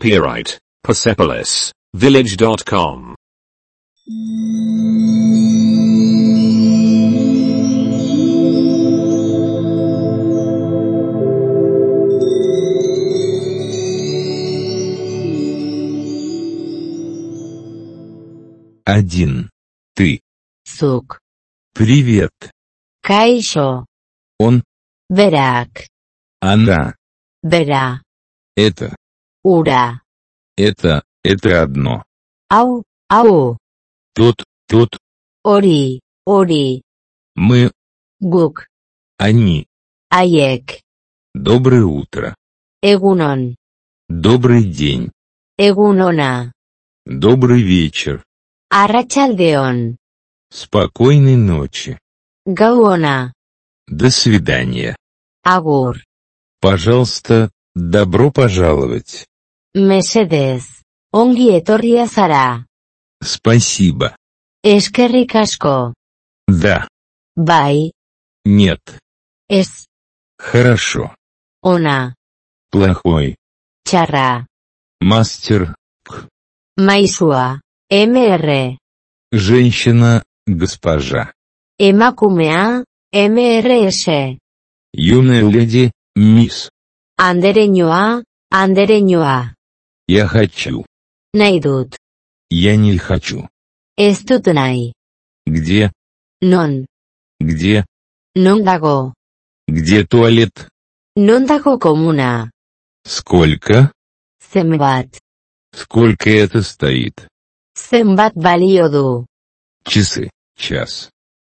Copyright Persepolis Village.com. Один. Ты. Zuk. Привет. Kaixo. Он. Berak. Она. Bera. Это. Ura. Это. Это одно. Hau. Hau. Тот. Тот. Hori. Hori. Мы. Guk. Они. Haiek. Доброе утро. Egunon. Добрый день. Egun ona. Добрый вечер. Arratsaldeon. Спокойной ночи. Gau ona. До свидания. Agur. Пожалуйста, добро пожаловать. Mesedez. Ongi etorria zara. Спасибо. Eskerrik asko. Да. Bai. Нет. Ez. Хорошо. Ona. Плохой. Txarra. Мастер. Maizua. MR. Женщина. Госпожа. Emakumea. MRS. Юная леди. Мисс. Andereñoa, andereñoa. Я хочу. Nahi dut. Я не хочу. Ez dut nahi. Где? Non. Где? Non dago. Где туалет? Non dago komuna. Сколько? Zenbat. Сколько это стоит? Zenbat balio du. Часы. Час.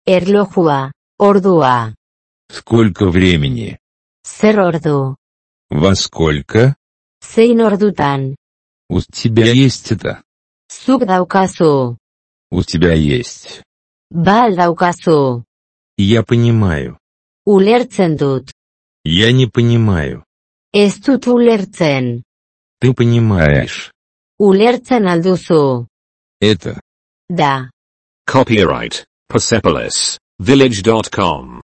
Erlojua. Ordua. Сколько времени? Zer ordu. Во сколько? Zein ordutan. У тебя есть это? Zuk daukazu. У тебя есть. Ba al daukazu. Я понимаю. Ulertzen dut. Я не понимаю. Ez dut ulertzen. Ты понимаешь. Ulertzen alduzu. Э, Это. Da. Copyright Persepolis Village.com.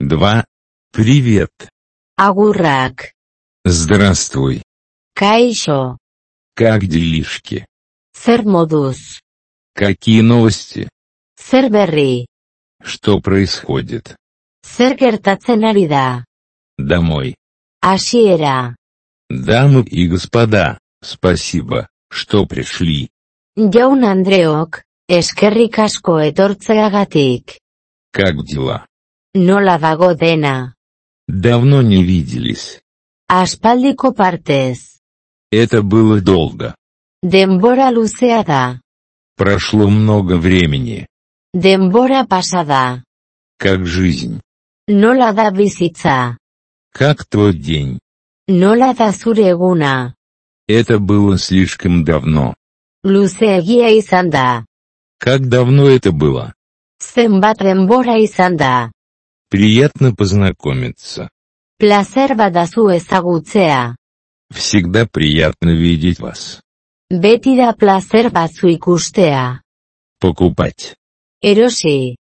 Два. Привет. Agurrak. Здравствуй. Kaixo. Как делишки? Zer moduz. Какие новости? Zer berri, Что происходит? zer gertatzen ari da, Домой. hasiera, Дамы ну и господа, спасибо, что пришли. jaun Andreok, eskerrik asko etortzeagatik, Как дела? nola dago dena, Давно не виделись. aspaldiko partez, Это было долго. denbora luzea da, Прошло много времени. denbora pasada, Как жизнь? nola da bizitza, Как твой день? nola da zure eguna, Это было слишком давно. luzeegia izan da, Как давно это было? zenbat denbora izan da, Приятно познакомиться. plazer badazu ezagutzea. Всегда приятно видеть вас. Beti da plazer batzu ikustea. Покупать. Erosi,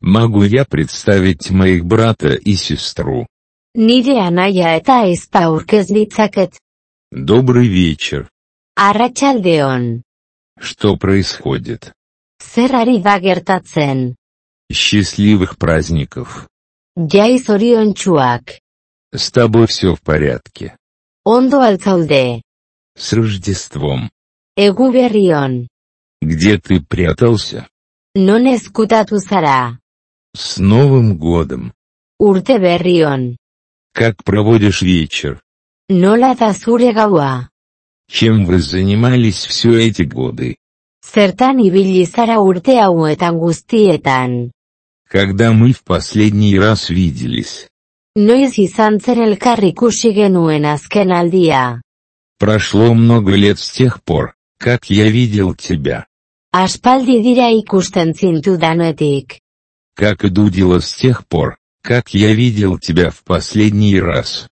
Могу я представить моих брата и сестру? nire anaia eta ezpa aurkez ditzaket, Добрый вечер. arratsaldeon. Что происходит? Zer ari da gertatzen? Счастливых праздников. Jai zoriontsuak. С тобой все в порядке. Ondo altzaude. С Рождеством. Egu berrion. Где ты прятался? Non ezkutatu zara. С Новым годом. Urte berrion. Как проводишь вечер? Nola da zure gaua. Чем вы занимались все эти годы? Zertan ibili zara urte hauetan guztietan. Когда мы в последний раз виделись? Noiz izan zen elkar ikusi genuen azken aldia. Прошло много лет с тех пор, как я видел тебя. Aspaldi dira ikusten zintu danetik. Как иду дела с тех пор, как я видел тебя в последний раз.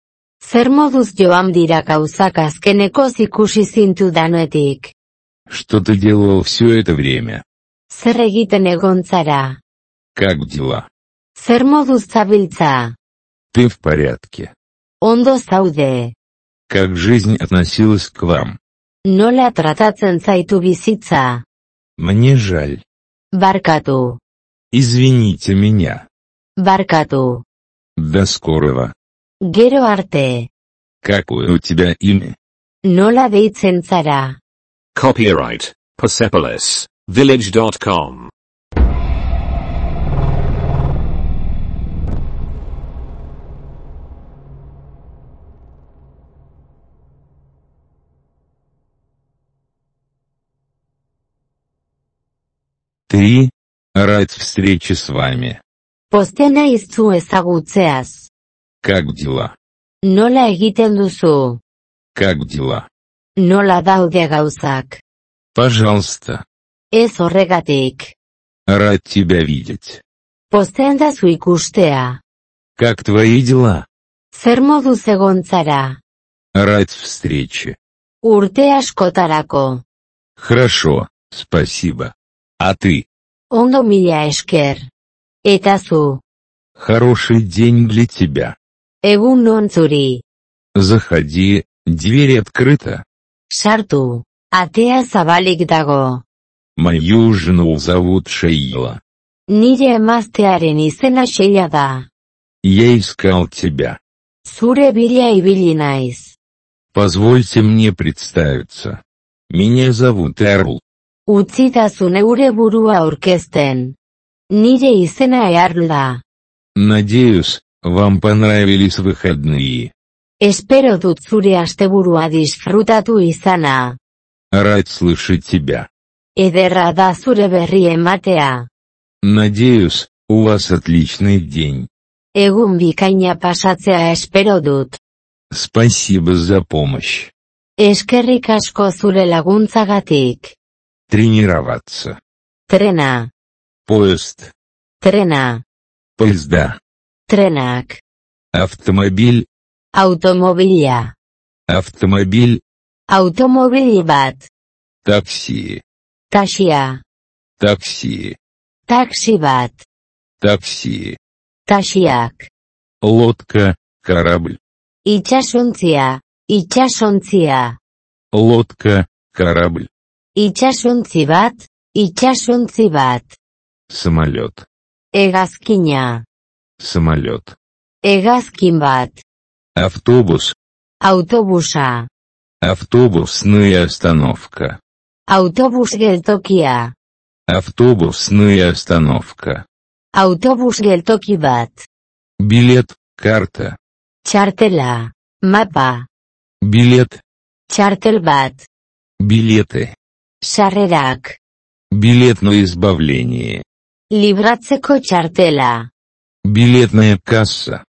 Zer moduz joan dira gauzak azkenekoz ikusi zintu danoetik. Что ты делал все это время? Zer egiten egontzara. Как дела? Zer moduz zabiltza. Ты в порядке? Ondo zaude. Как жизнь относилась к вам? Nola tratatzen zaitu bizitza. Мне жаль. Barkatu. Извините меня. Barkatu. До скорого. Gero arte. Какое у тебя имя? Nola deitzen zara. Copyright Persepolis Village.com. Три. Рад встрече с вами. Poztena izzu ezagutzeaz. Как дела? Nola egiten duzu. Как дела? Nola daude gauzak. Пожалуйста. Ez horregatik. Рад тебя видеть. Pozten da zu ikustea. Как твои дела? Zer moduz egontzara. Рад встрече. Urte askotarako. Хорошо, спасибо. А ты? Ondo mila esker. Eta zu, Хороший день для тебя. egun non zuri, Заходи, дверь открыта. sartu, atea zabalik dago. Мою жену зовут Шейла. Nire emaztearen izena xeia da. Я искал тебя. Zure bila ibili naiz. Позвольте мне представиться. Меня зовут Эрл. Utzitazu neure burua aurkezten. Nire izena earl da. Надеюсь, вам понравились выходные. Espero dut zure asteburua disfrutatu izana. Рад слышать тебя. Ederra da zure berri ematea. Надеюсь, у вас отличный день. Egun bikaina pasatzea espero dut. Спасибо за помощь. Eskerrik asko zure laguntzagatik. Тренироваться. Trena, Поезд. trena, Поезда. trenak, Автомобиль. automobila, Автомобиль. automobili bat, Такси. taxia, Такси. taxi bat, Такси. taxiak, Лодка. Корабль. itxasontzia, itxasontzia, Лодка. Корабль. itxasontzi bat, itxasontzi bat, Самолет. hegazkina, Самолет. hegazkin bat, Автобус. autobusa, Автобусная остановка. autobus geltokia, Автобусная остановка. autobus geltoki bat, Билет. Карта. txartela, mapa, Билет. txartel bat, Билеты. sarrerak. Билет на избавление. Libratzeko txartela. Билетная касса.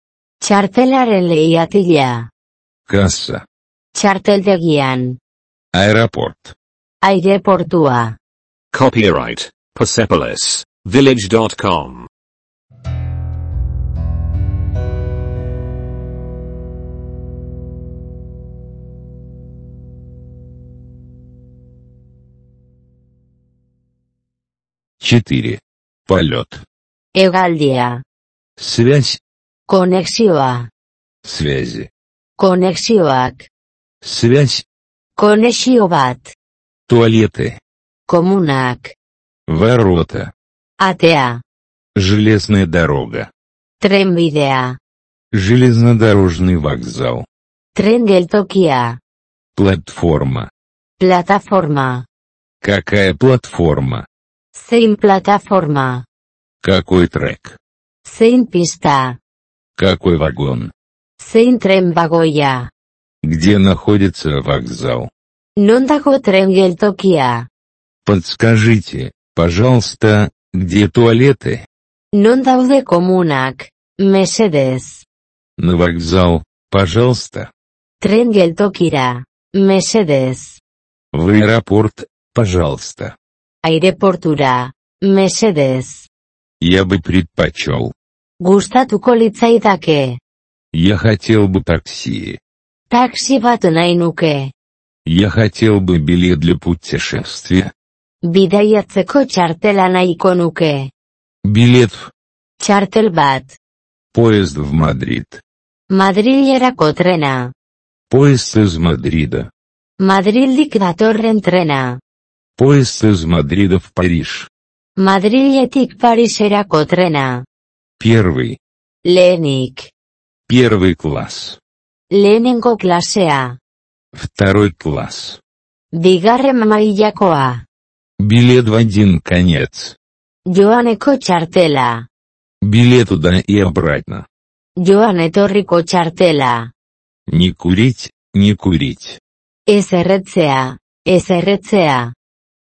Txartelaren lehiatila. Касса. Txarteldegian. Аэропорт. Aireportua. Copyright Persepolis Village.com. Четыре. Полет. Hegaldia. Связь. Konexioa. Связи. Konexioak. Связь. Konexio bat. Туалеты. Komunak. Ворота. Atea. Железная дорога. Trenbidea. Железнодорожный вокзал. Tren geltokia. Платформа. Plataforma. Какая платформа? Zein plataforma. Какой трек? Zein pista. Какой вагон? Zein tren bagoia. Где находится вокзал? Non dago tren geltokia. Подскажите, пожалуйста, где туалеты? Non daude komunak. Mesedez. На вокзал, пожалуйста. Tren geltokira. Mesedez. В аэропорт, пожалуйста. Aireportura. Mesedez. Я бы предпочел. Gustatuko litzaidake. Я хотел бы такси. Taksi bat nahi nuke. Я хотел бы билет для путешествия. Bidaiatzeko txartela nahiko nuke. Билет в Txartel bat. поезд в Мадрид. Madrilerako trena. Поезд из Мадрида. Madrildik datorren trena. Поезд из Мадрида в Париж. Madriletik Pariserako trena. Первый. Lehenik. Первый класс. Lehenengo klasea. Второй класс. Bigarren mailakoa. Билет в один конец. Joaneko txartela. Билет туда и обратно. Joan etorriko txartela. Не курить, не курить. Ez erretzea. Ez erretzea.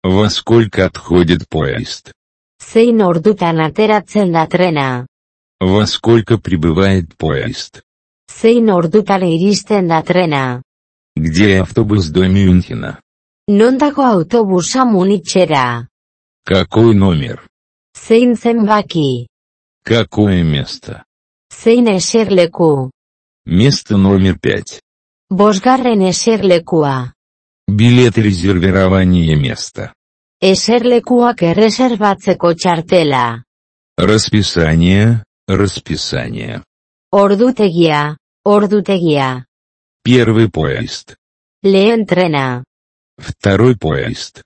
Во сколько отходит поезд? Zein ordutan ateratzen da trena. Во сколько прибывает поезд? Zein ordutan iristen da trena. Где автобус до Мюнхена? Nondako autobusa munitxera. Какой номер? Zein zenbaki. Какое место? Zein eserleku. Место номер пять. Bosgarren eserlekua. Билет резервирования места. Eserlekuak erreserbatzeko txartela. Расписание, расписание. Ordutegia, ordutegia. Первый поезд. Lehen trena. Второй поезд.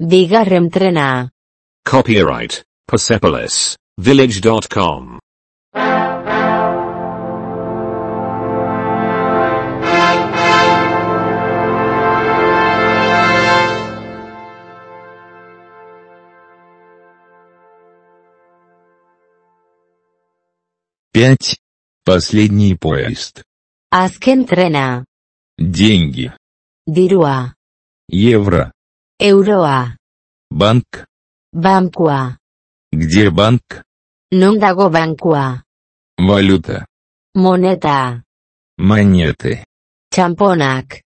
Bigarren trena. Copyright Persepolis Village.com. Пять. Последний поезд. Azken trena. Деньги. Dirua. Евро. Euroa. Банк. Bankua. Где банк? Non dago bankua. Валюта. Moneta. Монеты. Txamponak.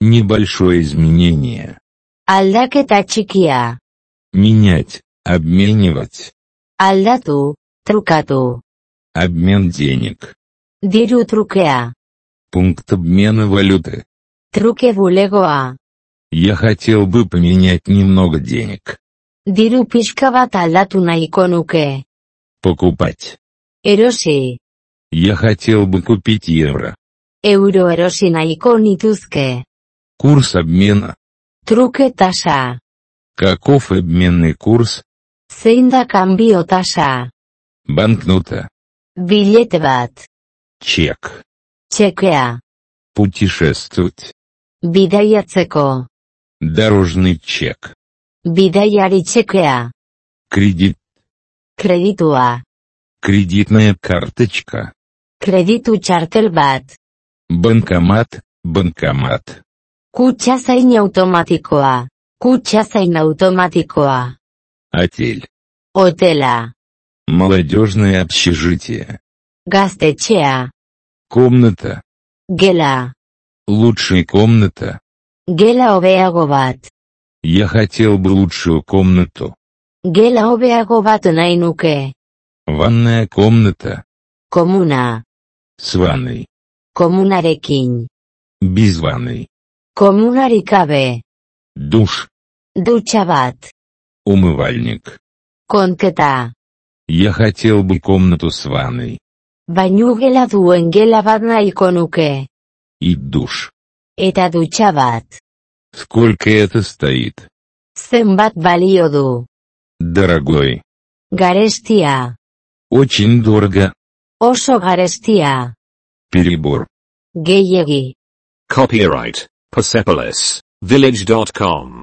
Небольшое изменение. Aldaketa txikia. Менять, обменивать, Aldatu, trukatu. обмен денег, Diru trukea. пункт обмена валюты. Truke bulegoa. Я хотел бы поменять немного денег. Diru pixka bat aldatu nahiko nuke. Покупать. Erosi. Я хотел бы купить евро. Euro erosi nahiko nituzke. Курс обмена. Truke tasa. Каков обменный курс? Zein da kanbio tasa. Банкнота. Bilete bat. Чек. Txekea. Путешествовать. Bidaiatzeko. Дорожный чек. Bidaiari txekea. Кредит. Kreditua. Кредитная карточка. Kreditu txartel bat. Банкомат. Банкомат. Kutsa zain automatikoa. Kutsa zain automatikoa. Отель. Hotela. Молодежное общежитие. Gaztetxea. Комната. Gela. Лучшая комната. Gela hobeago bat. Я хотел бы лучшую комнату. Gela hobeago bat nahi nuke. Ванная комната. Komuna. С ванной. Komunarekin. Без ванной. Komunarik gabe. Душ. Dutxa bat. Умывальник. Konketa. Я хотел бы комнatу с ванной. Bainu gela duen gela bat nahiko nuke. И душ. Eta dutxa bat. Сколько это стоит? Zenbat balio du. Дорогой. Garestia. Очень дорого. Oso garestia. Перебор. Gehiegi. Copyright Persepolis Village.com.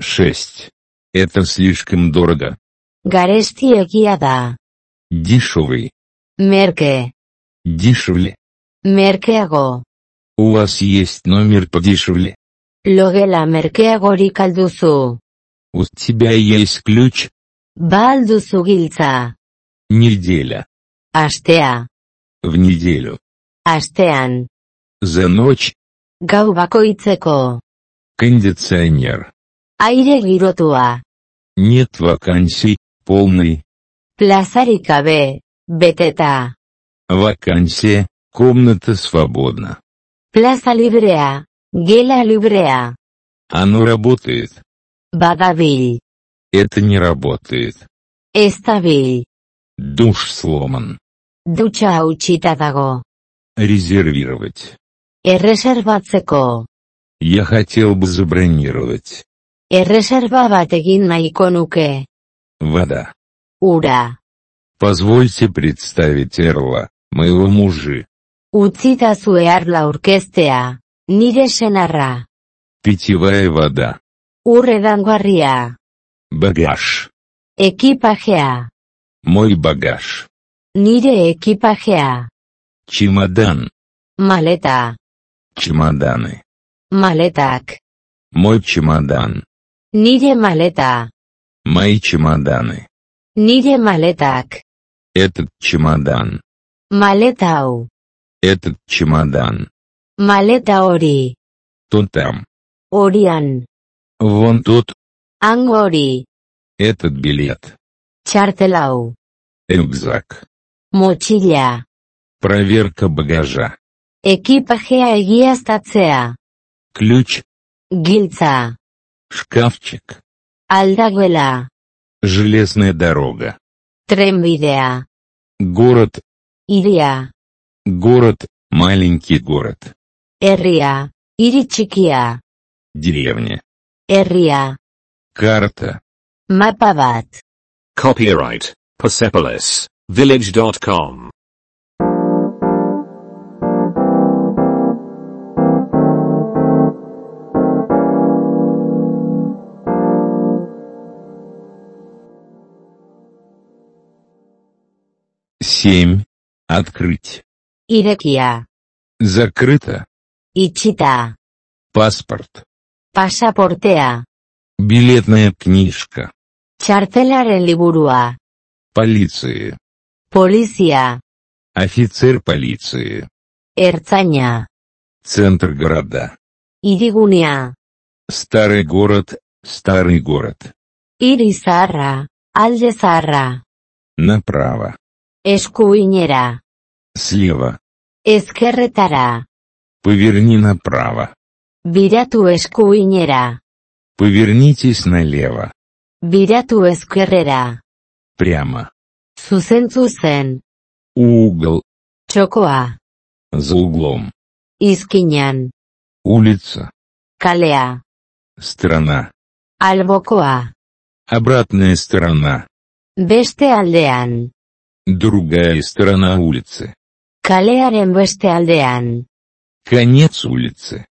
Шесть. Это слишком дорого. Garestiegia da. Дешевый. Merke. Дешевле. Merkeago. У вас есть номер подешевле? Logela merkeagorik alduzu. У тебя есть ключ? Ba alduzu giltza. Неделя. Astea. В неделю. Astean. За ночь. Gau bakoitzeko. Кондиционер. Aire girotua. Нет вакансий. Полный. Plazarik gabe. Beteta. Вакансия. Комната свободна. Plaza librea. Gela librea. Оно работает. Badabil. Это не работает. Ez dabil. Душ сломан. Dutxa hautsita dago. Резервировать. Erreserbatzeko. Я хотел бы забронировать. Erreserba bat egin nahiko nuke. Вода. Ura. Позвольте представить Эрла, моего мужа, Utzita zuearla aurkeztea. Nire senarra. питьевая вода, Urredangoarria. багаж, Ekipajea. мой багаж, Nire ekipajea. чемодан, Maleta. чемоданы, Maletak. мой чемодан, Nire maleta. мои чемоданы, Nire maletak. этот чемодан, Maleta hau. этот чемодан, Maleta hori. то там, Horian. вон тот, Hango hori. этот билет, Txartela hau. рюкзак, Motxila. проверка багажа, Ekipajea egiaztatzea. ключ, Giltza. шкафчик, Aldaguela. железная дорога, Trenbidea. город, Iria. город, маленький город, Herria. Hiri txikia. деревня, Herria. карта, Mapa bat. Copyright Persepolis Village.com. Семь. Открыть. Irekia. Закрыто. Itxita. Паспорт. Pasaportea. Билетная книжка. Txartelaren liburua. Полиции. Polizia. Офицер полиции. Ertzaina. Центр города. Irigunea. Старый город. Старый город. Hiri zaharra. Alde zaharra. Направо. Eskuinera. Слева. Ezkerretara. Поверни направо. Biratu eskuinera. Повернитесь налево. Biratu ezkerrera. Прямо. Zuzentzu zen. Угол. Txokoa. За углом. Izkinan. Улица. Kalea. Страна. Albokoa. Обратная сторона. Beste aldean. Другая сторона улицы. Kalearen beste aldean. Конец улицы.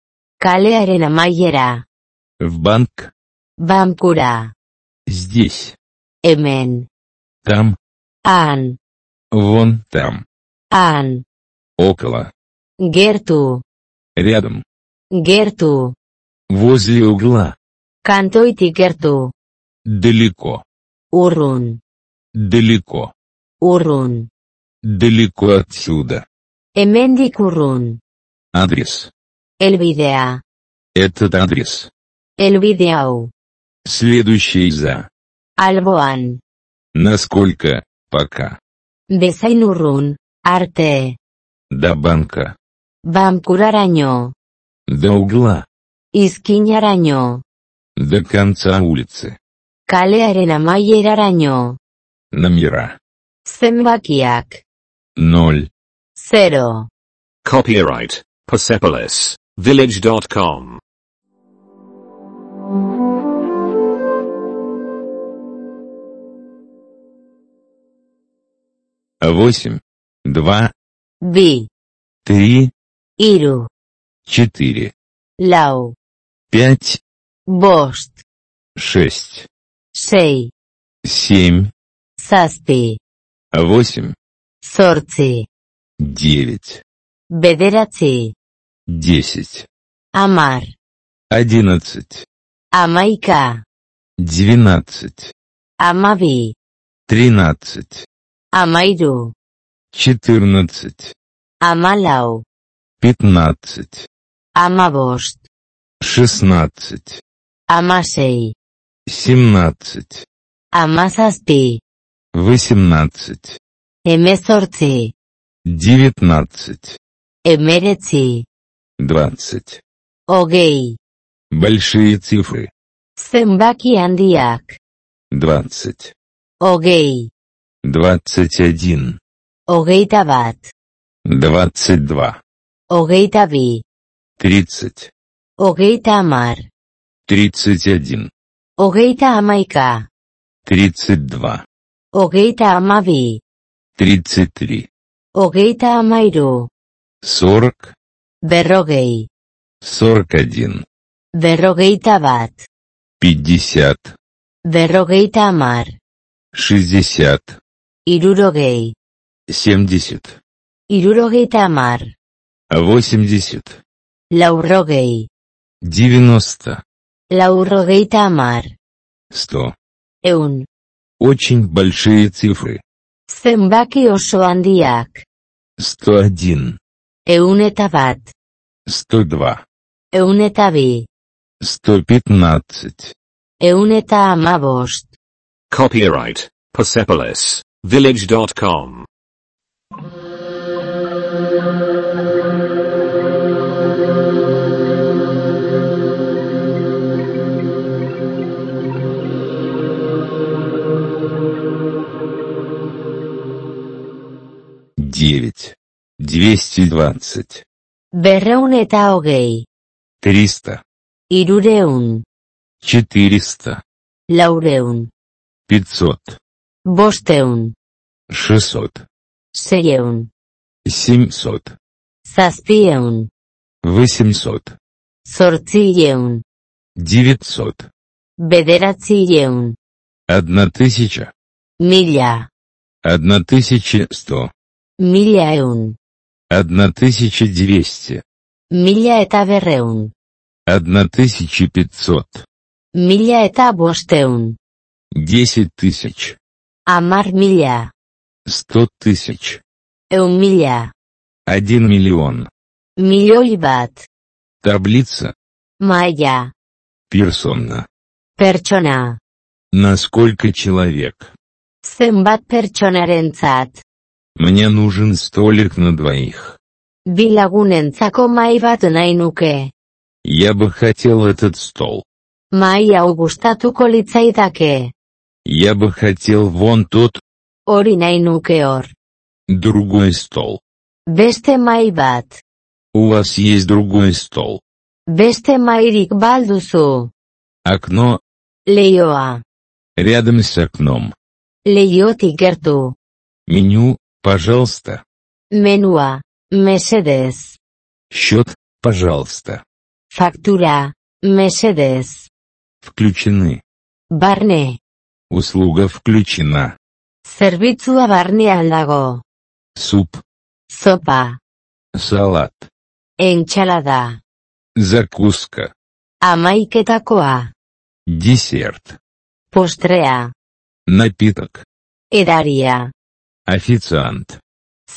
Kalearen amaiera. В банк. Bankura. Здесь. Hemen. Там, Han. вон там, Han. около, Gertu. рядом, Gertu. возле угла, Kantoitik gertu. далеко, Urrun. далеко, Urrun. далеко отсюда. Hemendik urrun. Адрес. Elbidea. Этот адрес. Elbide hau. Следующий за. Alboan. Насколько, пока. Bezain urrun. Arte. До банка. Bankuraraino. До угла. Izkinaraino. До конца улицы. Kalearen amaieraraino. Номера. Zenbakiak. Ноль. Zero. Copyright Persepolis Village.com. Восемь. Два. Bi. Три. Iru. Четыре. Lau. Пять. Bost. Шесть. Sei. Семь. Zazpi. Восемь. Zortzi. Девять. Bederatzi. Десять. Amar. одиннадцать, Amaika. двенадцать, Amabi. тринадцать, Amairu. четырнадцать, amalau, пятнадцать, amabost, шестнадцать, amasei, семнадцать, amazazpi, восемнадцать, hemezortzi, девятнадцать, hemeretzi, двадцать. hogei, Большие цифры. zenbaki handiak, Двадцать. hogei, Двадцать один. hogeita bat, Двадцать два. hogeita bi, Тридцать. hogeita amar, Тридцать один. hogeita amaika, Тридцать два. hogeita amabi, Тридцать три. hogeita amairu, Сорок. berrogei, Сорок один. berrogeita bat, Пятьдесят. berrogeita amar, Шестьдесят. irurogei, Семьдесят. irurogeita amar, Восемьдесят. laurrogei, Девяносто. laurrogeita amar, Сто. eun, Очень большие цифры. zenbaki oso handiak, Сто один. eun eta bat, Сто два. eun eta bi, Сто пятнадцать. eun eta amabost, Copyright Persepolis Village.com. Девять. Двести двадцать. berreun eta hogei, Триста. irureun, Четыреста. laureun, Пятьсот. bosteun, Шестьсот. seieun, Семьсот. zazpieun, Восемьсот. zortzieun, Девятьсот. bederatzieun, Одна тысяча. mila, Одна тысяча сто. mila eun, Одна тысяча двести. mila eta berreun, Одна тысяча пятьсот. mila eta bosteun, Десять тысяч. amar mila, Сто тысяч. eun mila, Один миллион. milioi bat, Таблица. maila, Персона. pertsona, На сколько человек? zenbat pertsonarentzat, Мне нужен столик на двоих. bi lagunentzako mai bat nahi nuke, Я бы хотел этот stol. mai hau gustatuko litzaidake, Я бы хотел вон тот, hori nahi nuke hor, другой стол. beste mai bat, У вас есть другой стол. beste mairik balduzu, Окно leioa, рядом с окном. leiotik gertu, Меню, пожалуйста. menua, mesedez, Счет, пожалуйста. faktura, mesedez, Включены. barne, Услуга включена. zerbitzua barnean dago, Суп, zopa, салат, entxalada, закуска, amaiketakoa, десерт, postrea, напиток, edaria, официант,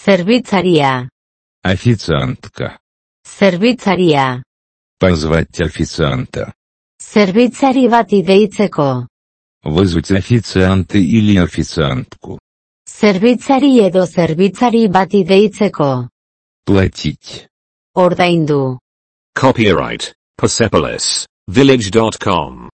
zerbitzaria, официантка. zerbitzaria, Позвать официанта. zerbitzari bati deitzeko, Вызвать официанта или официантку. zerbitzari edo zerbitzari bati deitzeko, Платить. ordaindu. Copyright Persepolis Village.com.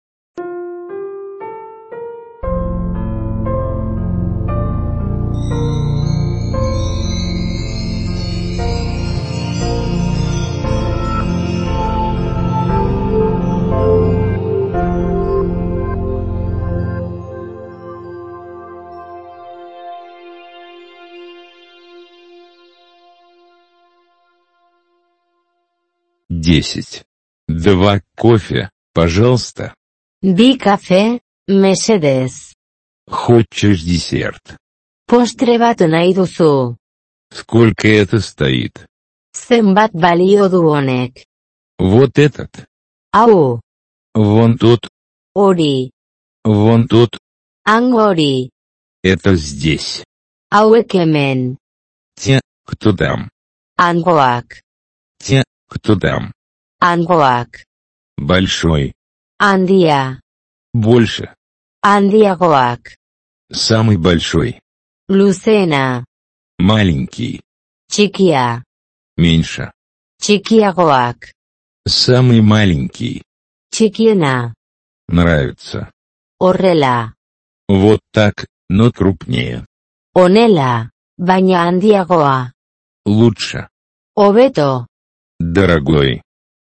Десять. Два кофе, пожалуйста. Bi kafe, mesedez. Хочешь десерт? Postre bat nahi duzu. Сколько это стоит? Zenbat balio du honek. Вот этот, Hau, вон тот, hori, вон тот, hango hori, это здесь. hauek hemen. Те, кто дам. Hangoak. Те, кто дам. Hangoak. Большой. Handia. Больше. Handiagoak. Самый большой. Luzena. Маленький. Txikia. Меньше. Txikiagoak. Самый маленький. Txikiena. Нравится. Horrela. Вот так, но крупнее. Honela. Baina handiagoa. Лучше. Hobeto. Дорогой.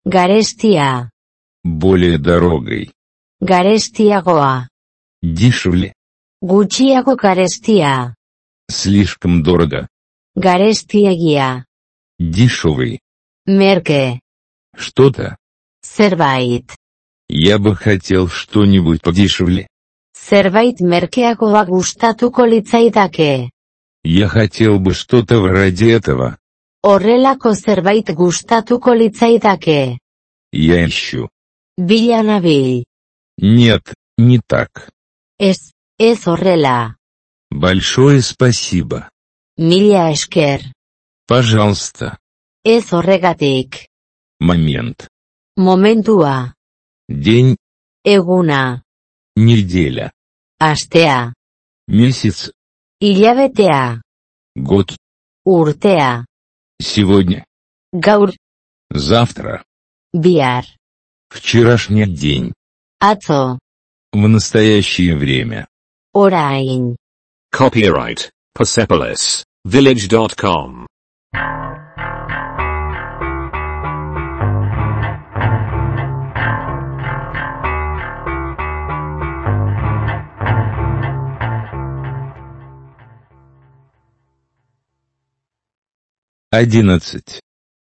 Garestia. Более дорогой. Garestiagoa. Дешевле. Gutxiago garestia. Слишком дорого. Garestiegia. Дешевый. Merke. Что-то. Zerbait. Я бы хотел что-нибудь подешевле. Zerbait merkeagoa gustatuko litzaidake. Я хотел бы что-то вроде этого. Horrelako zerbait gustatuko litzaidake. Я ищу. Bila nabil. Нет, не так. Ez, ez horrela. Большое спасибо. Mila esker. Пожалуйста. Ez horregatik. Момент. Momentua. День, Eguna. неделя, Astea. месяц, Hilabetea. год, Urtea. сегодня, Gaur. завтра, Bihar. вчерашний день, Atzo. в настоящее время. Orain. Copyright Persepolis Village.com. Одиннадцать.